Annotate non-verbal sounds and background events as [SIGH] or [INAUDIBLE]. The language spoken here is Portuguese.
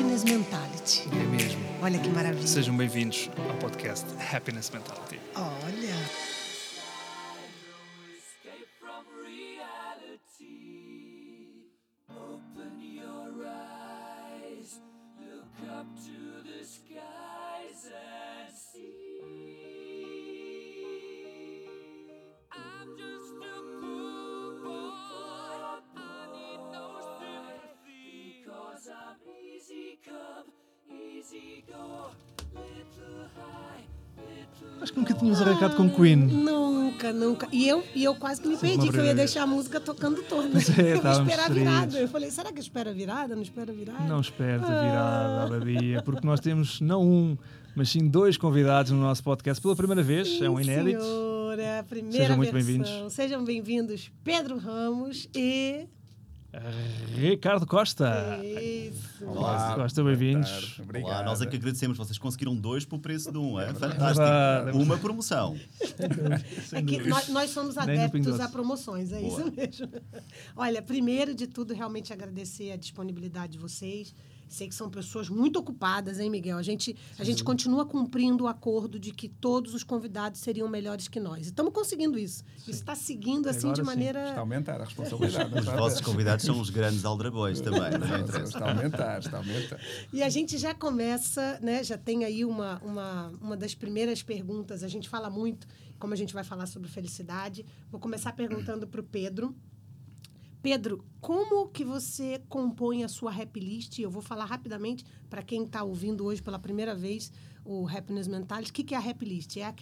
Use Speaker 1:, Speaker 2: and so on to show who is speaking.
Speaker 1: Mentality.
Speaker 2: É mesmo.
Speaker 1: Olha que maravilha.
Speaker 2: Sejam bem-vindos ao podcast Happiness Mentality.
Speaker 1: Olha.
Speaker 3: Acho que nunca tínhamos arrancado com Queen.
Speaker 1: Nunca, nunca. E eu, e eu quase que me
Speaker 3: Sempre
Speaker 1: perdi,
Speaker 3: uma
Speaker 1: que eu ia
Speaker 3: primeira.
Speaker 1: deixar a música tocando toda.
Speaker 3: Pois é,
Speaker 1: eu vou
Speaker 3: estávamos
Speaker 1: esperar a
Speaker 3: distraídos.
Speaker 1: virada. Eu falei, será que eu espero a virada? Não espero a virada?
Speaker 3: Não esperte a virada, a badia, porque nós temos não um, mas sim dois convidados no nosso podcast pela primeira vez.
Speaker 1: Sim,
Speaker 3: é um inédito.
Speaker 1: Senhora, primeira
Speaker 3: Sejam muito
Speaker 1: versão.
Speaker 3: bem-vindos.
Speaker 1: Sejam bem-vindos, Pedro Ramos e.
Speaker 3: Ricardo Costa.
Speaker 1: Isso.
Speaker 3: Ricardo Costa, bem-vindos.
Speaker 4: Obrigado. Olá, nós é que agradecemos. Vocês conseguiram dois por preço de um. É, fantástico.
Speaker 3: verdade.
Speaker 4: Uma promoção.
Speaker 3: Sem
Speaker 1: Aqui,
Speaker 3: dúvida.
Speaker 1: É nós, nós somos
Speaker 3: Nem no Pingo
Speaker 1: adeptos
Speaker 3: Doce.
Speaker 1: a promoções, é
Speaker 4: Boa.
Speaker 1: isso mesmo. [LAUGHS] Olha, primeiro de tudo, realmente agradecer a disponibilidade de vocês. Sei que são pessoas muito ocupadas, hein, Miguel? A gente, a gente continua cumprindo o acordo de que todos os convidados seriam melhores que nós. E Estamos conseguindo isso. Isso está seguindo, assim,
Speaker 3: É, Agora
Speaker 1: de
Speaker 3: sim.
Speaker 1: maneira.
Speaker 5: Está a aumentar a responsabilidade. não
Speaker 4: Os
Speaker 5: está a
Speaker 4: vossos
Speaker 5: ver?
Speaker 4: convidados são os grandes aldrabões também. Não é interessa.
Speaker 5: Está a aumentar, está a aumentar.
Speaker 1: E a gente já começa, né? Já tem aí uma, uma, uma das primeiras perguntas. A gente fala muito, como a gente vai falar sobre felicidade. Vou começar perguntando para o Pedro. Pedro, como que você compõe a sua rap list? Eu vou falar tá rapidamente para quem está ouvindo hoje pela primeira vez o Happiness Mentality. O que, que é a rap list? É aquela